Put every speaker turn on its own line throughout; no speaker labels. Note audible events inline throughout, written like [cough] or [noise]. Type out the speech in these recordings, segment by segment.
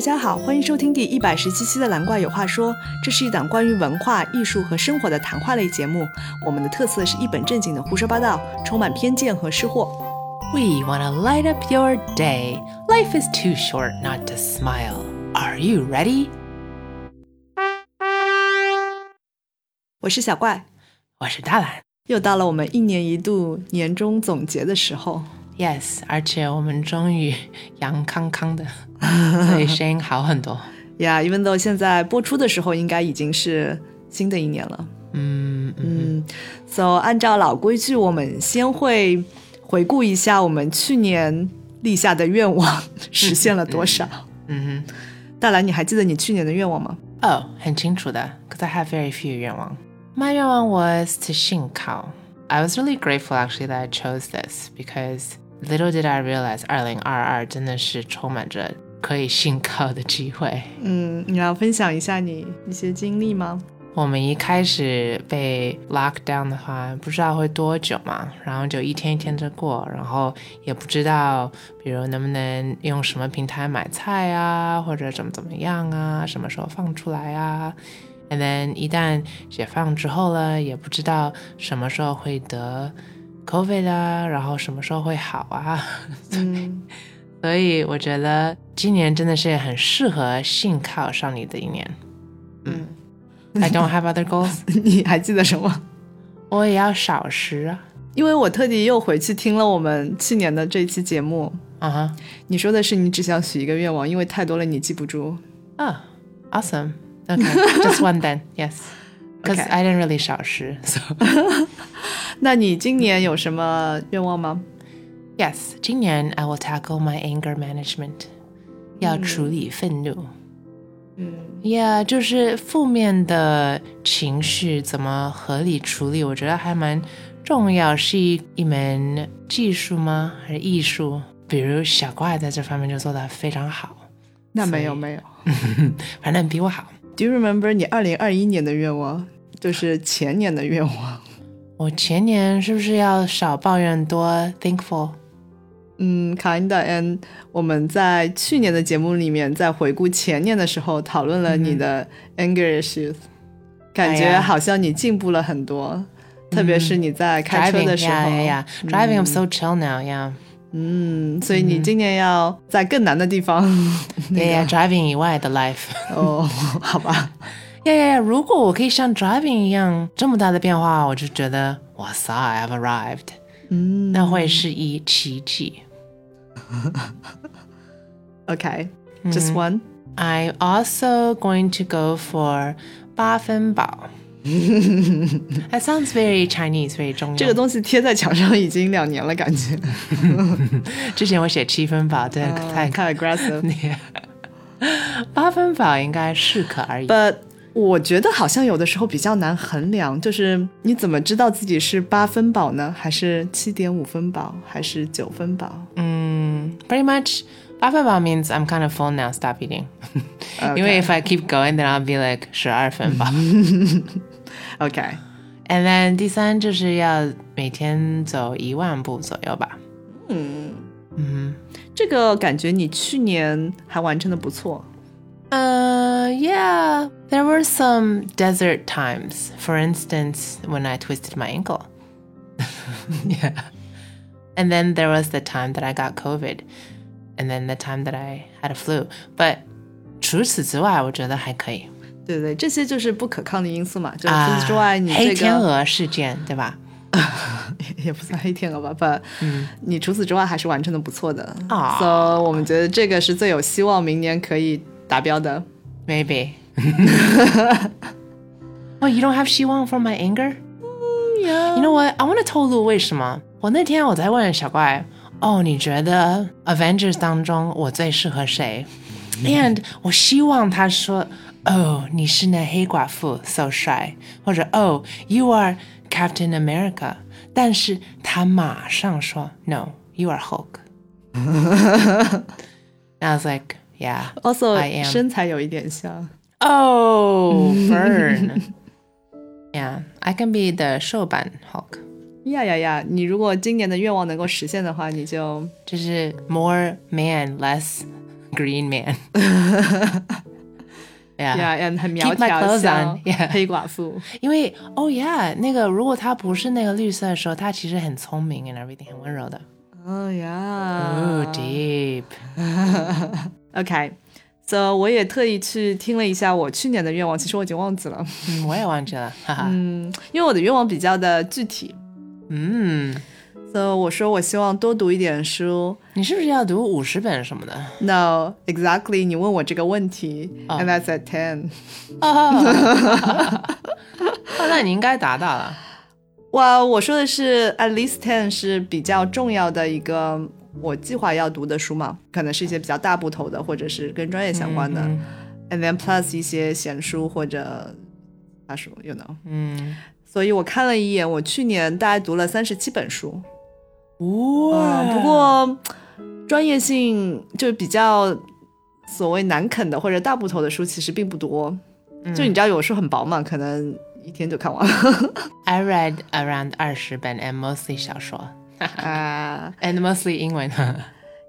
家好，欢迎收听第一百十七期的《蓝怪有话说》，这是一档关于文化艺术和生活的谈话类节目。我们的特色是一本正经的胡说八道，充满偏见和失货。
We want to light up your day. Life is too short not to smile. Are you ready?
我是小怪，
我是大蓝。
又到了我们一年一度年终总结的时候。
Yes，而且我们终于阳康康的，所以声音好很多。
Yeah，因为到现在播出的时候，应该已经是新的一年了。
嗯嗯，
嗯，So 按照老规矩，我们先会回顾一下我们去年立下的愿望实现了多少。
嗯
大兰，你还记得你去年的愿望吗？
哼，哦，很清楚的，because I have very few 愿望。My 愿望 was to 信靠。I was really grateful actually that I chose this because little did I realize 二零二二真的是充满着可以信靠的机会。
嗯，你要分享一下你一些经历吗？
我们一开始被 lock down 的话，不知道会多久嘛，然后就一天一天的过，然后也不知道，比如能不能用什么平台买菜啊，或者怎么怎么样啊，什么时候放出来啊。And then 一旦解放之后呢，也不知道什么时候会得 COVID 啊，然后什么时候会好啊。 [laughs]
嗯，
所以我觉得今年真的是很适合信靠上你的一年。嗯，I don't have other goals 。
[laughs] 你还记得什么？
我也要少食啊！
因为我特地又回去听了我们去年的这期节目，
啊哈，
你说的是你只想许一个愿望，因为太多了你记不住。
啊，awesome。Okay, [laughs] just one then. Yes, because
Okay.
I didn't really 少食 So [laughs]
那你今年有什么愿望吗？
yes，今年 I will tackle my anger management，要处理愤怒。
嗯
Yeah，就是负面的情绪怎么合理处理，我觉得还蛮重要，是一一门技术吗？还是艺术？比如小怪在这方面就做得非常好，
那没有
所以
没有。
反正比我好。
Do you remember 你二零二一年的愿望？就是前年的愿望。
我前年是不是要少抱怨多 thankful？
嗯，kinda and 我们在去年的节目里面，在回顾前年的时候，讨论了你的 anger issues，、感
嗯哎
觉
呀嗯
好像你进步了很多，特别是你在开车的时候。
Driving, yeah, yeah, yeah. Driving, I'm so chill
[laughs]
now. Yeah,
嗯，所以你今年要在更难的地方。 [laughs]
yeah, yeah. Driving 以外的 life. [laughs]
哦，好吧，
yeah, yeah, yeah. 如果我可以像 driving 一样这么大的变化，我就觉得哇塞，I've arrived。
嗯
那会是一奇迹。嗯
，OK，just、one。
I'm also going to go for 八分
[laughs]
饱。That sounds very Chinese, very 中庸。
这个东西贴在墙上已经两年了，感觉
之前我写七分饱，对，太 [laughs]
太 aggressive。
八分饱应该适可而止。
But 我觉得好像有的时候比较难衡量，就是你怎么知道自己是八分饱呢？还是七点五分饱？还是九分饱？
Mm, pretty much. Bafaba means I'm kind of full now. Stop eating. [laughs] Anyway, if I keep going, then I'll be like 十二分饱。
OK，
And then 第三就是要每天走一万步左右吧。
这个感觉你去年还完成的不错。
Uh, yeah. There were some desert times. For instance, when I twisted my ankle. yeah. And then there was the time that I got COVID. And then the time that I had a flu. But 除此之外，我觉得还可以。
对对，这些就是不可抗的因素嘛。就除
啊
此之外，你这
黑天
个
鹅事件对吧？
[laughs] 也也不算黑天鹅吧，不，你除此之外还是完成的不错的。
嗯啊
so 我们觉得这个是最有希望明年可以达标的。
Maybe. [laughs] oh, you don't have 希望 for my anger? You know what? I want to 透露为什么。我那天我在问小怪，哦，你觉得 Avengers 当中我最适合谁？And 我希望他说，哦，你是那黑寡妇，so 帅，或者哦，you are Captain America。但是他马上说，no，you are Hulk。And I was like, yeah.
Also，
I am
身材有一点像。 [laughs]
Oh, burn. yeah, I can be the 瘦版 Hulk.
呀呀呀！你如果今年的愿望能够实现的话，你就
就是 more man, less Green Man。 [laughs]
呀呀，很苗
Keep my
条
clothes
像
on, [laughs] yeah
黑寡妇。
因为 Oh yeah，那个如果他不是那个绿色的时候，他其实很聪明，and everything 很温柔的。
哎呀啊
Oh deep，
OK，so, 我也特意去听了一下我去年的愿望，其实我已经忘记了，
嗯，我也忘记了，哈哈。
嗯，因为我的愿望比较的具体。
嗯，
so, 我说我希望多读一点书。
你是不是要读五十本什
[laughs]
么的？
No, exactly，你问我这个问题、
哦
a n d that's at ten.
[laughs] 哦，那你应该达到了。
哇我说的是 at least ten 是比较重要的一个我计划要读的书嘛，可能是一些比较大部头的，或者是跟专业相关的、
嗯
a n d then plus 一些闲书或者杂书，you know。
嗯，
所以我看了一眼，我去年大概读了三十七本书，
哇、
嗯，不过专业性就是比较所谓难啃的或者大部头的书其实并不多，
嗯
就你知道有书很薄嘛，可能一天就看完
[laughs]
了 [laughs]
I read around 二十本，and mostly 小说
啊
，and mostly 英
[laughs]
文。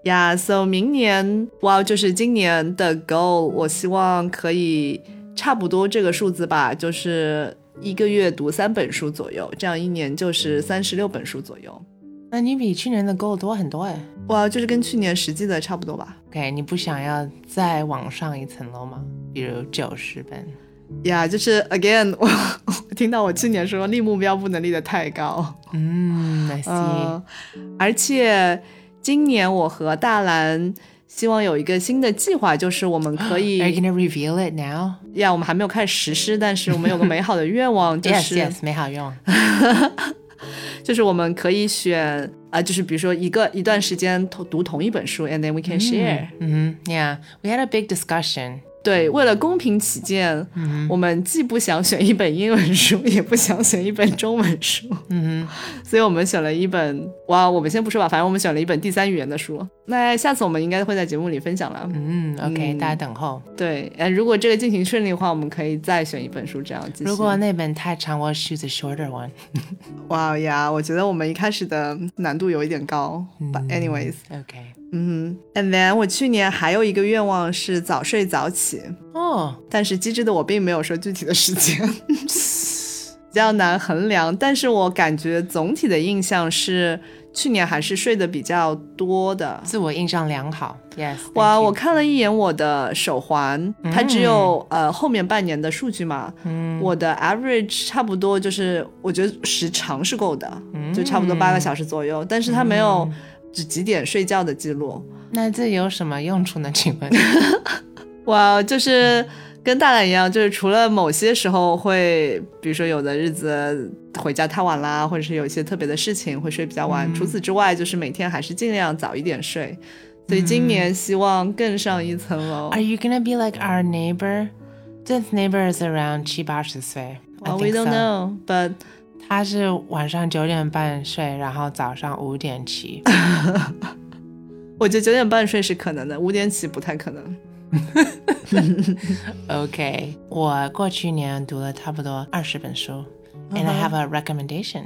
呀。So 明年哇就是今年的 goal，我希望可以差不多这个数字吧，就是一个月读三本书左右，这样一年就是三十六本书左右。
那你比去年的 goal 多很多哎。
哇，就是跟去年实际的差不多吧。
OK，你不想要再往上一层楼吗？比如九十本。
呀就是 again，我 [laughs] 我听到我去年说立目标不能立得太高，
嗯，I see、
嗯，而且今年我和大兰希望有一个新的计划，就是我们可
Are
以
you gonna reveal it now?
呀我们还没有开始实施，但是我们有个美好的愿望，就
Yes,
是
yes，没好用。
就是我们可以选啊、就是比如说一个一段时间同读同一本书，and then we can [laughs] share、
嗯哼，Yeah, we had a big discussion.
对，为了公平起见，
嗯
我们既不想选一本英文书，也不想选一本中文书。
嗯
所以我们选了一本，哇，我们先不说吧，反正我们选了一本第三语言的书。那下次我们应该会在节目里分享了
哼，。嗯，OK，
嗯
大家等候。
对，呃，如果这个进行顺利的话，我们可以再选一本书这样继续。
如果那本太长，We'll choose a shorter one.
哇呀，我觉得我们一开始的难度有一点高。But
嗯
anyways，
OK。
嗯哼，and then 我去年还有一个愿望是早睡早起，
哦，
但是机智的我并没有说具体的时间， [laughs] 比较难衡量。但是我感觉总体的印象是去年还是睡得比较多的，
自我印象良好。Yes.
哇，
thank
我
you
看了一眼我的手环，它只有、呃后面半年的数据嘛。
嗯
我的 average 差不多就是，我觉得时长是够的，
嗯
就差不多八个小时左右。但是它没有只几点睡觉的记录。
那这有什么用处呢？请问？
哇，就是跟大懒一样，就是除了某些时候会，比如说有的日子回家太晚啦，或者是有一些特别的事情会睡比较晚。除此之外，就是每天还是尽量早一点睡。所以今年希望更上一层哦楼。
Are you gonna be like our neighbor? This neighbor is around 七八十岁。
Well,
I
we
think
don't
so.
know, but
他是晚上九点半睡，然后早上五
[laughs]
点起。
我觉得九点半睡是可能的，五点起不太可能。
OK，我过去年读了差不多二十本书、a
Uh-huh。
n d I have a recommendation.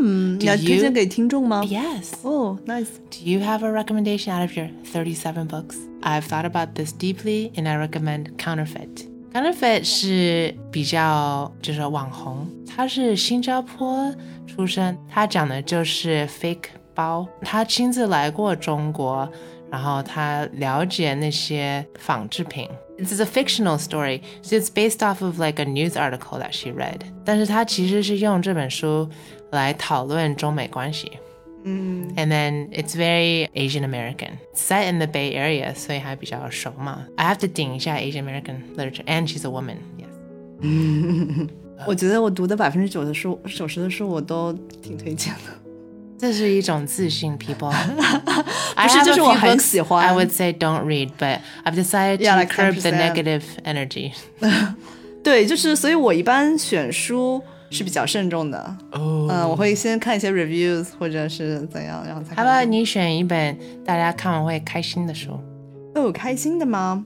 嗯，你要
you-
推荐给听众吗？
Yes.
哦、n i c e
Do you have a recommendation out of your 37 books? I've thought about this deeply and I recommend Counterfeit. Counterfeit 是比较就是网红，他是新加坡出生，他讲的就是 fake 包，他亲自来过中国，然后他了解那些仿制品。This is a fictional story, so it's based off of like a news article that she read. 但是他其实是用这本书来讨论中美关系。And then it's very Asian American. Set in the Bay Area, so I have to ding Asian American literature. And she's a woman, yes.
我觉得我读的百分之九的书、九十的书我都挺推荐的。
这是一种自信
[laughs]
people.
不是，就是
I have a few books
我很喜欢。
I would say don't read, but I've decided to
Yeah, like
curb the
10%.
negative energy.
对，就是所以，我一般选书是比较慎重的。
哦
嗯、我会先看一些 reviews 或者是怎样，然后才
How
看。
about 你选一本大家看完会开心的书？嗯，
都有开心的吗？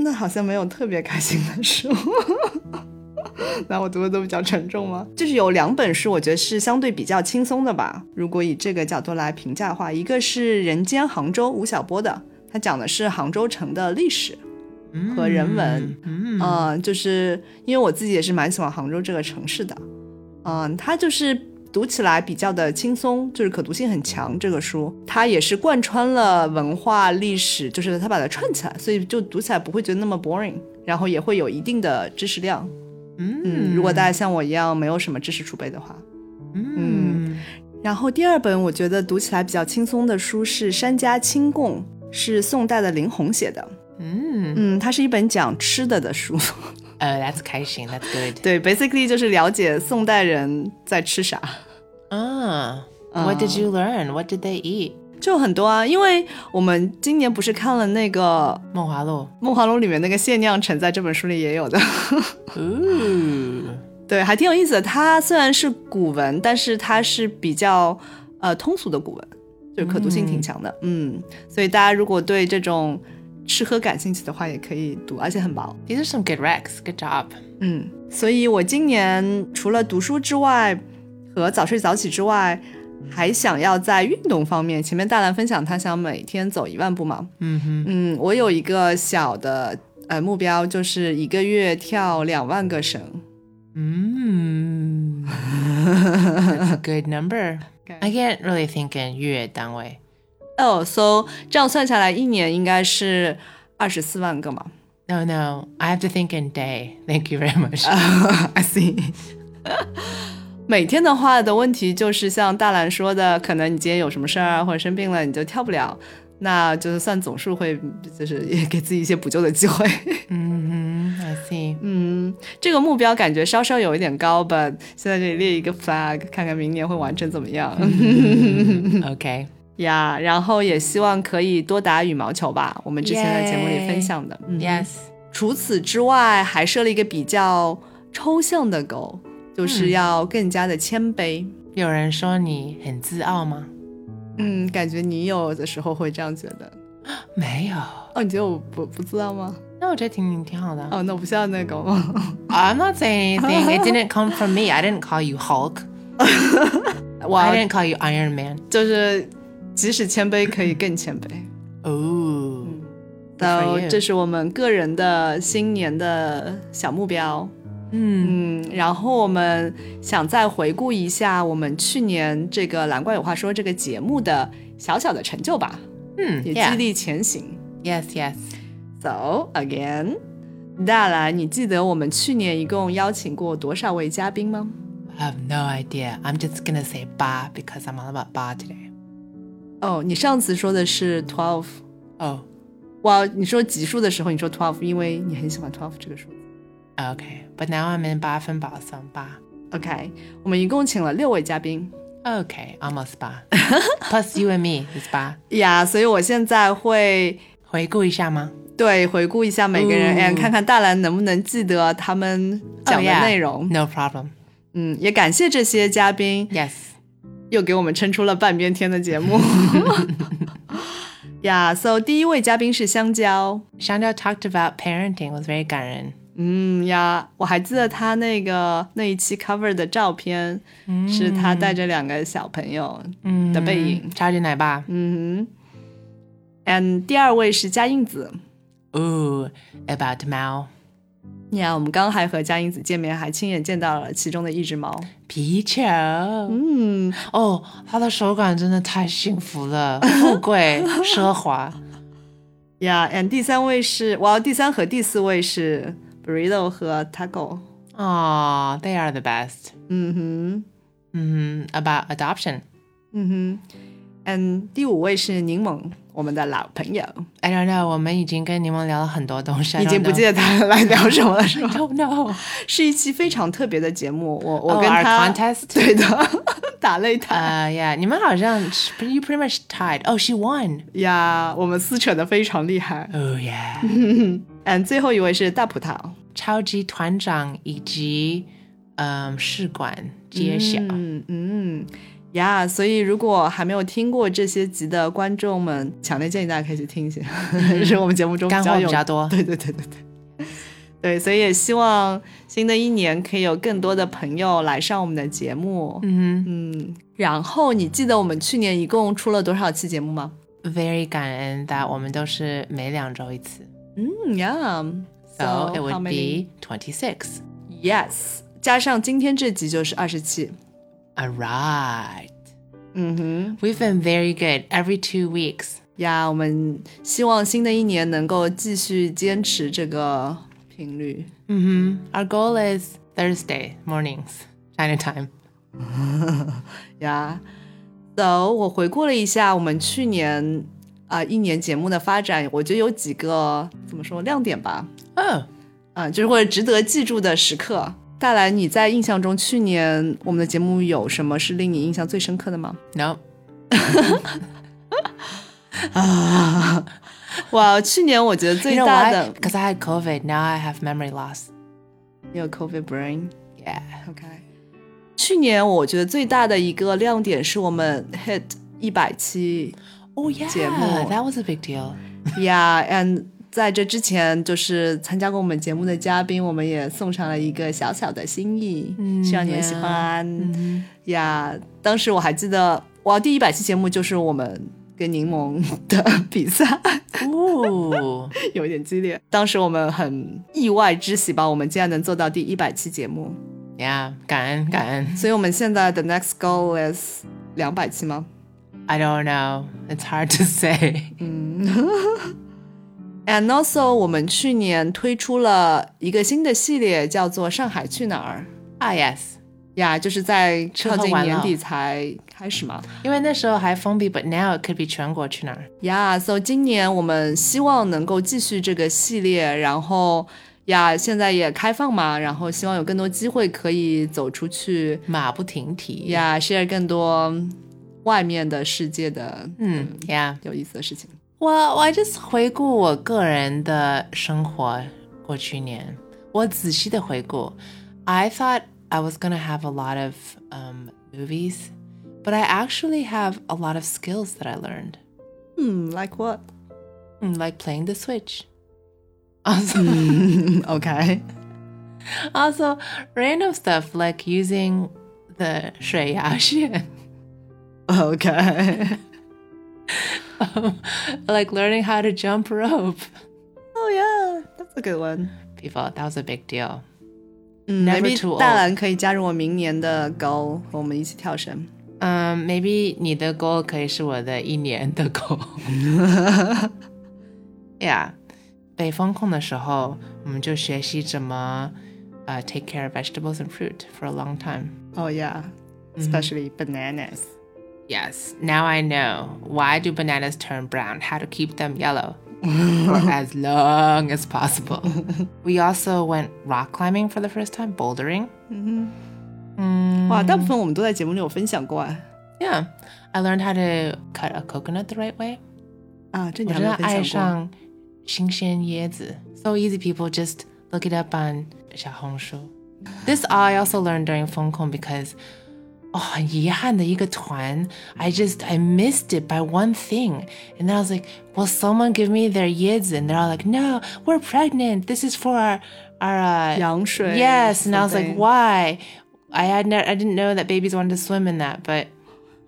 那好像没有特别开心的书。 [laughs] 那我读的都比较沉重吗？就是有两本书，我觉得是相对比较轻松的吧。如果以这个角度来评价的话，一个是《人间杭州》吴晓波的，它讲的是杭州城的历史。
嗯
和人文，
嗯
嗯、就是因为我自己也是蛮喜欢杭州这个城市的，嗯、它就是读起来比较的轻松，就是可读性很强。这个书它也是贯穿了文化历史，就是它把它串起来，所以就读起来不会觉得那么 boring，然后也会有一定的知识量。嗯，
嗯
如果大家像我一样没有什么知识储备的话。
Mm-hmm.
嗯然后第二本我觉得读起来比较轻松的书是《山家清供》，是宋代的林洪写的。
嗯，
嗯，它是一本讲吃的的书。
呃，that's Oh, 开心，that's good。
对，basically 就是了解宋代人在吃啥，
啊，What Ah.
Uh.
did you learn? What did they eat?
就很多啊。因为我们今年不是看了那个
梦华录。
《梦华录》里面那个谢酿臣，在这本书里也有的， [laughs] 对，还挺有意思的。它虽然是古文，但是它是比较呃通俗的古文，就是可读性挺强的。嗯所以大家如果对这种吃喝感兴趣的话，也可以读，而且很薄。
These are some good recs. Good job.
嗯，所以我今年除了读书之外，和早睡早起之外，还想要在运动方面。前面大兰分享她想每天走一万步嘛，
嗯哼，
嗯，我有一个小的呃目标，就是一个月跳两万个绳。
嗯，That's a good number. I can't really think in 月单位。
哦、s o 这样算下来，一年应该是二十四万个嘛。
No, no, I have to think in day. Thank you very much. [laughs]
I see 。每天的话的问题就是像大兰说的，可能你今天有什么事儿啊或者生病了，你就跳不了，那就是算总数会，就是也给自己一些补救的机会。
嗯哼，I Mm-hmm. see.
嗯，这个目标感觉稍稍有一点高吧，现在这里列一个 flag，看看明年会完成怎么样 [laughs]
OK.
呀。然后也希望可以多打羽毛球吧，我们之前在节目里分享的。嗯
Yes.
除此之外，还设了一个比较抽象的 goal，就是要更加的谦卑。
有人说你很自傲吗？
嗯，感觉你有的时候会这样觉得。
没有。
哦，你觉得我不不知道吗？
那我觉得挺挺好的啊。
哦，那我不像那个吗？
I'm not saying anything. It didn't come from me. I didn't call you Hulk.
我
I didn't call you Iron Man.
就是，即使谦卑，可以更谦卑。
Oh.
然
for
后
you
这是我们个人的新年的小目标。
嗯
嗯，然后我们想再回顾一下我们去年这个《蓝怪有话说》这个节目的小小的成就吧，
嗯
也
Hmm. ，Yeah.
激励前行。
Yes, yes.
So again，大兰，你记得我们去年一共邀请过多少位嘉宾吗？
I have no idea. I'm just gonna say ba because I'm all about ba today.
哦，你上次说的是 twelve。
Oh,
哇，你说级数的时候，你说 twelve，因为你很喜欢 twelve 这个数字。
okay. But now I'm in ba from ba, so I'm ba.
OK，我们一共请了六位嘉宾
Okay, almost [laughs] ba. Plus you and me is ba.
呀所以我现在会
回顾一下吗？
对回顾一下每个人，
嗯
哎、看看大兰能不能记得他们讲
Oh,
的
yeah.
内容。
[laughs] No problem.
嗯，也感谢这些嘉宾，
Yes.
又给我们撑出了半边天的节 [laughs] 目。呀、yeah,，So 第一位嘉宾是香蕉。
Chandel talked about parenting was very 感人。
嗯呀，我还记得他那个那一期 cover 的照片，是他带着两个小朋友
Mm.
的背影。
超级奶爸。
嗯哼，and 第二位是佳印子。
Ooh, about Mao.
呀、我们刚还和佳印子见面，还亲眼见到了其中的一只猫。
皮球。
嗯，
哦，Oh, 他的手感真的太幸福 [laughs] 了，富贵奢华。
呀、a n d 第三位是，哇，第三和第四位是 Burrito 和 Taco。
啊、t h e y are the best。
嗯
嗯哼，about adoption。
哼，嗯哼，and 第五位是柠檬，我们的老朋友，
I don't know，我们已经跟柠檬聊了很多东西，I
已
don't
经不
know
记得他来聊什么了，是
I
吧？
don't know。
是一期非常特别的节目，我 [laughs] 我
哦
跟
，our
他
contest [laughs]
对的 [laughs] 打擂台
呃、y e a h 你们好像 you pretty much tied。Oh, she won。
呀我们撕扯的非常厉害。
Oh yeah，
嗯，最后一位是大葡萄，
超级团长以及嗯试管揭晓。
嗯嗯呀所以如果还没有听过这些集的观众们，强烈建议大家可以去听一下， [laughs] 是我们节目中
嗯干货
有
比较多
对对对对对。对，所以也希望新的一年可以有更多的朋友来上我们的节目。
嗯哼。
嗯，然后你记得我们去年一共出了多少期节目吗？
very 感恩 that 我们都是每两周一次。
嗯，Yeah.
So it
how
would
many?
be twenty six.
Yes，加上今天这集就是二十七。
All right.
嗯哼，
We've been very good every two weeks.
呀，我们希望新的一年能够继续坚持这个频率。
Mm-hmm. Our goal is Thursday mornings, China time.
呀、走，我回顾了一下我们去年啊、一年节目的发展，我觉得有几个怎么说亮点吧，
Oh,
啊、就是或者值得记住的时刻。大来，你在印象中去年我们的节目有什么是令你印象最深刻的吗？
no.
啊，哇，去年我觉得
You
最
know
大
why?
的
Because I had COVID. Now I have memory loss.
你有 COVID brain。
Yeah.
OK，去年我觉得最大的一个亮点是我们 hit 一百期
Oh, yeah.
节目
That was a big deal.
，Yeah，and 在这之前就是参加过我们节目的嘉宾，我们也送上了一个小小的心意，
嗯啊
希望你们喜欢。
Mm-hmm. [laughs]
呀、当时我还记得，哇，第一百期节目就是我们跟柠檬的比赛， [laughs]
Ooh.
有一点激烈。当时我们很意外之喜吧，我们竟然能做到第一百期节目，
yeah. 感恩,感恩.
[laughs] 所以我们现在的 next goal is 两百期吗？
I don't know. It's hard to [laughs] say.
And also，我们去年推出了一个新的系列，叫做《上海去哪儿
Ah, yes.》
呀就是在靠
吃喝
近
玩乐
年底才开始嘛。
因为那时候还封闭, but now it could be 全国去哪儿.
呀、s o 今年我们希望能够继续这个系列，然后呀现在也开放嘛，然后希望有更多机会可以走出去
马不停蹄。
呀、s h a r e 更多外面的世界的
Mm, yeah.
有意思的事情。
我我 just 回顾我个人的生活过去年，我仔细的回顾，I thought I was gonna have a lot of um movies, but I actually have a lot of skills that I learned,
嗯，like what？
Mm, like playing the Switch. Also,
Hmm. 嗯，OK，[laughs]
[laughs] also random stuff like using the 水牙线
OK。
[laughs] like learning how to jump rope.
[laughs] Oh yeah, that's a good one.
People, that was a big deal.
嗯
Never
，maybe
too old
大兰可以加入我明年的 goal，和我们一起跳绳。
嗯，maybe Um, 你的 goal 可以是我的一年的 goal。yeah，被封控的时候，我们就学习怎么呃、take care of vegetables and fruit for a long time。
Oh yeah, especially bananas.
Yes, now I know why do bananas turn brown, how to keep them yellow for as long as possible. We also went rock climbing for the first time, bouldering.
哇，大部分我们都在节目里有分享过啊。
Yeah, I learned how to cut a coconut the right way.
啊，这你还没有分享过。
我真的爱上新鲜椰子。So easy, people just look it up on 小红书. This I also learned during phone call because 哦，很遗憾的一个团 I just I missed it by one thing, and then I was like, will someone give me their 椰子? And they're all like, no, we're pregnant. This is for our our uh,
羊水。
Yes, and I was like,
something.
why? I had no, I didn't know that babies wanted to swim in that, but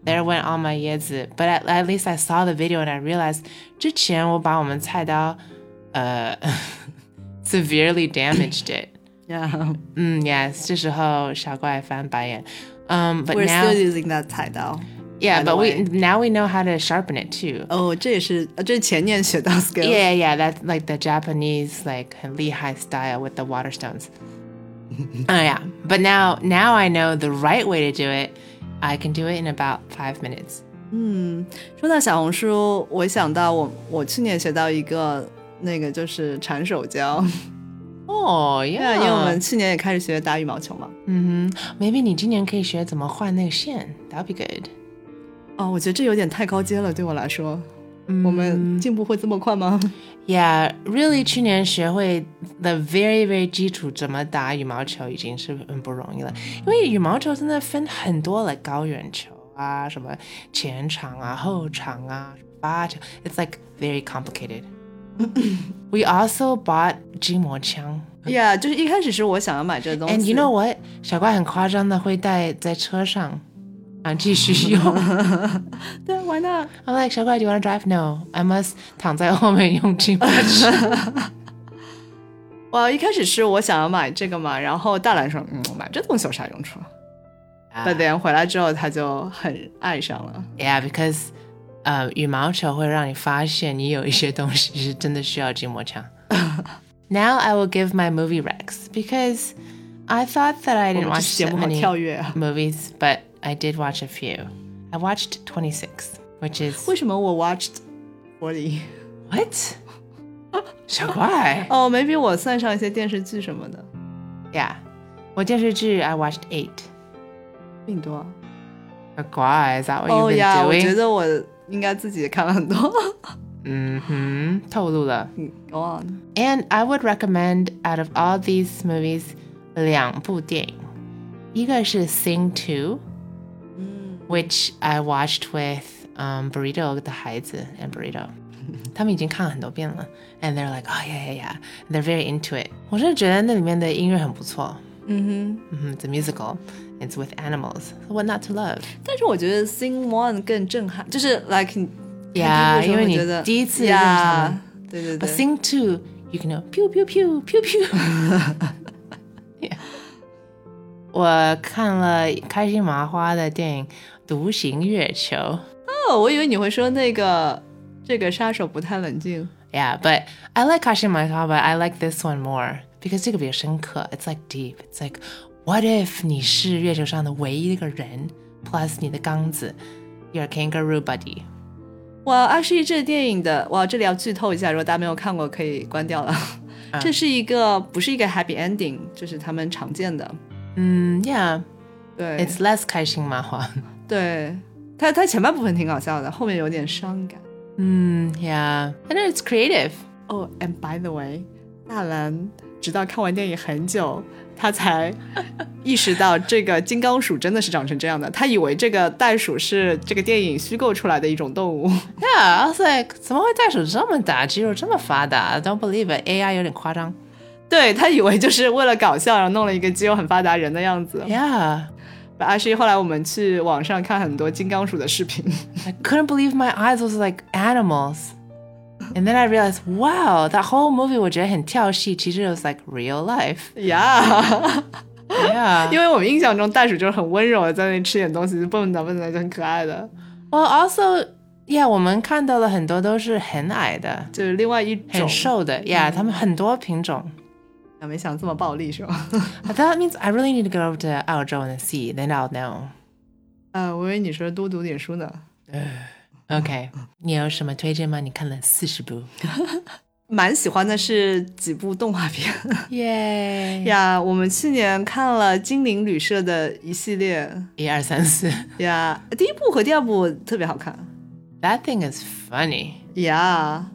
there went all my yedzi. But at, at least I saw the video and I realized 之前我把我们菜刀, uh, [laughs] severely damaged it.
[laughs] Yeah,
Mm, yes, 这时候小怪翻白眼. Um, but
we're
now,
still using that 菜刀。
yeah,
by the
but we
way.
now we know how to sharpen it too.
哦，这也是，啊这是前年学到 [laughs] skill。
Yeah, yeah, that's like the Japanese like Lehigh style with the water stones. oh yeah, but now now I know the right way to do it. I can do it in about five minutes.
说到小红书，我想到我我去年学到一个。那个就是缠手 [laughs] 胶，
Oh
对啊，因为我们
yeah,
去年也开始学打羽毛球嘛。
嗯哼 maybe 你今年可以学怎么换那个线 That'll be good.
哦，我觉得这有点太高阶了，对我来说，我们
嗯
进步会这么快
[laughs]
吗？
Yeah, really 去年学会 the very very 基础怎么打羽毛球已经是很不容易了，因为羽毛球真的分很多 like 高远球啊，什么前场啊、后场啊、八球，it's like very complicated. we also bought 筋膜枪。
呀就是一开始是我想要买这个东西
And you know what? 小怪很夸张的会带在车上然后继续用。
[laughs] 对，Why not？
I'm like 小怪，Do you wanna drive? No, I must 躺在后面用尽八十。
哇，一开始是我想要买这个嘛，然后大兰说，嗯，买这东西有啥用处？
啊
但等回来之后，他就很爱上了。
Yeah, because 呃，羽毛球会让你发现你有一些东西是真的需要筋
[laughs]
膜枪。Now I will give my movie Rex because I thought that I
我们这
didn't watch
节
that
目好
many
跳跃啊！
movies, but I did watch a few. I watched 26, which is
为什么我 watched 玻璃？
what? 小怪。
哦，maybe 我算上一些电视剧什么的，
Yeah. 我电视剧 I watched 8.
并多啊。
小怪, is that what
哦
you've
呀，我
been
觉
doing?
得我应该自己看了很多。 [laughs]
嗯哼，透露了。
嗯，Go on。
And I would recommend out of all these movies, 两部电影，一个是 Sing Two,
嗯
which I watched with um Burrito 的孩子 and Burrito. 他们已经看了很多遍了，and they're like, oh yeah yeah yeah, And they're very into it. 我是觉得那里面的音乐很不错，嗯哼，the
嗯哼。
Mm-hmm, musical, it's with animals, so what not to love?
但是我觉得 Sing One 更震撼，就是 like 你
Yeah，
看第一部的时候
因为你
会觉得
第一次认识他们
Yeah，对对
But
对。
Sing Two, you can know pew pew pew pew pew. [laughs] yeah. 我看了开心麻花的电影《独行月球》
哦，我以为你会说那个这个杀手不太冷静。
，Yeah, but I like 开心麻花，but I like this one more because 这个比较深刻。It's like deep. It's like what if 你是月球上的唯一一个人，plus 你的缸子，Your kangaroo buddy。
哇，二十一这个电影的哇，这里要剧透一下，如果大家没有看过，可以关掉了。
啊
这是一个不是一个 happy ending，就是他们常见的。
嗯，Yeah,
对
it's less 开心麻花。
对，他他前半部分挺搞笑的，后面有点伤感。
嗯，Yeah, and it's creative.
哦、a n d by the way，大兰直到看完电影很久，他才意识到这个金刚鼠真的是长成这样的。他以为这个袋鼠是这个电影虚构出来的一种动物。
Yeah, I was like，怎么会袋鼠这么大，肌肉这么发达？I don't believe it. AI 有点夸张。
对他以为就是为了搞笑，然后弄了一个肌肉很发达人的样子。
Yeah,
阿十一后来我们去网上看很多金刚鼠的视频，
I couldn't believe my eyes was like animals. And then I realized, wow, that whole movie 我觉得很跳戏，其实 it was like real life.
呀、
Yeah.
[laughs] [gasps] 因为我们印象中袋鼠就是很温柔的，在那里吃点东西，就蹦跶蹦跶就很可爱的。
well, also, yeah，我们看到了很多都是很矮的、
就是另外一种
很，瘦的，Yeah，他们很多品种。
啊没想到这么暴力是吧？ [laughs]
That means I really need to go over to 澳洲 and see, then I'll know.
呃，我以为你说多读点书呢。
OK，你有什么推荐吗？你看了四十部，
蛮喜欢的是几部动画片
耶！
呀，我们去年看了精灵旅社的一系列
一二三四。
呀，第一部和第二部特别好看
[laughs] That thing is funny.
呀。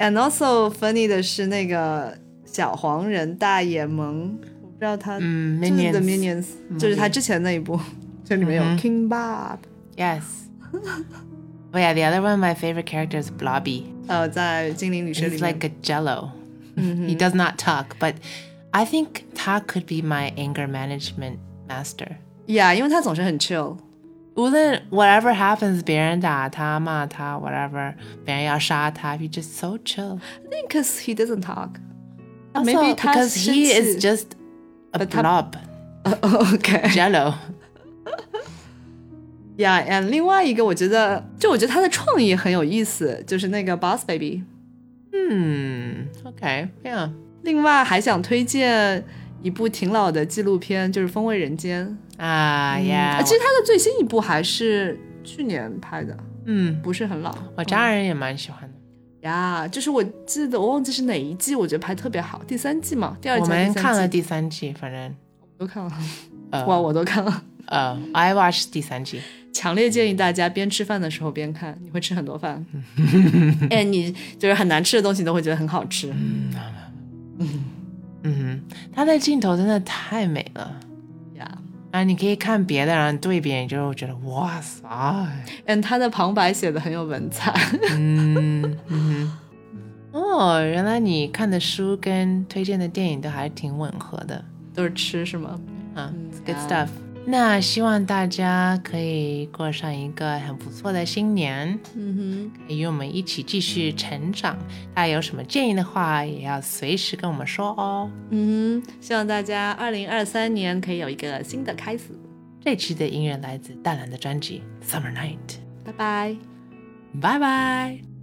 And also funny 的是那个小黄人大野萌，我不知道他
嗯
就是 The
Mm, Minions 嗯
Minions，就是他之前那一部，就里面有
嗯哼
King Bob，
Yes. oh yeah, the other one, my favorite character is Blobby.
呃，在精灵旅社里
He's
面
like a jello. [laughs] He does not talk, but I think Ta could be my anger management master.
呀，因为他总是很 chill，
无论 whatever happens, 别人打他、骂他 whatever, 别人要杀他 you just so chill.
I think cause he doesn't talk。 [laughs]
Also,
Maybe 他
because he
生气
is just a
他-
blob,
OK。
jello. [laughs]
呀呀，另外一个我觉得，就我觉得他的创意很有意思，就是那个 Boss Baby。
Hmm. Okay. Yeah.
另外还想推荐一部挺老的纪录片，就是《风味人间》
Ah,
啊，
yeah.
其实它的最新一部还是去年拍的，
嗯，
不是很老。
我家人也蛮喜欢的。
呀，就是我记得我忘记是哪一季，我觉得拍特别好，第三季嘛，第二季
我
还是
们
第三季
看了第三季，反正
都看了，
呃
哇，我都看了。
呃，I watched 第三季。
强烈建议大家边吃饭的时候边看，你会吃很多
[laughs]
饭。哎，你就是很难吃的东西，你都会觉得很好吃。
嗯哼，他的镜头真的太美了。
呀、
啊，你可以看别的，然后对比，你就会觉得哇塞。
嗯，他的旁白写的很有文采。 [laughs]
嗯嗯哼，哦，原来你看的书跟推荐的电影都还挺吻合的。
都是吃是吗？
啊
嗯
，it's，good
啊
stuff。那希望大家可以过上一个很不错的新年，
嗯
可以与我们一起继续成长。大家有什么建议的话，也要随时跟我们说哦。
哼，嗯哼，希望大家二零二三年可以有一个新的开始，
这期的音乐来自淡蓝的专辑《Summer Night》，
拜拜。
拜拜。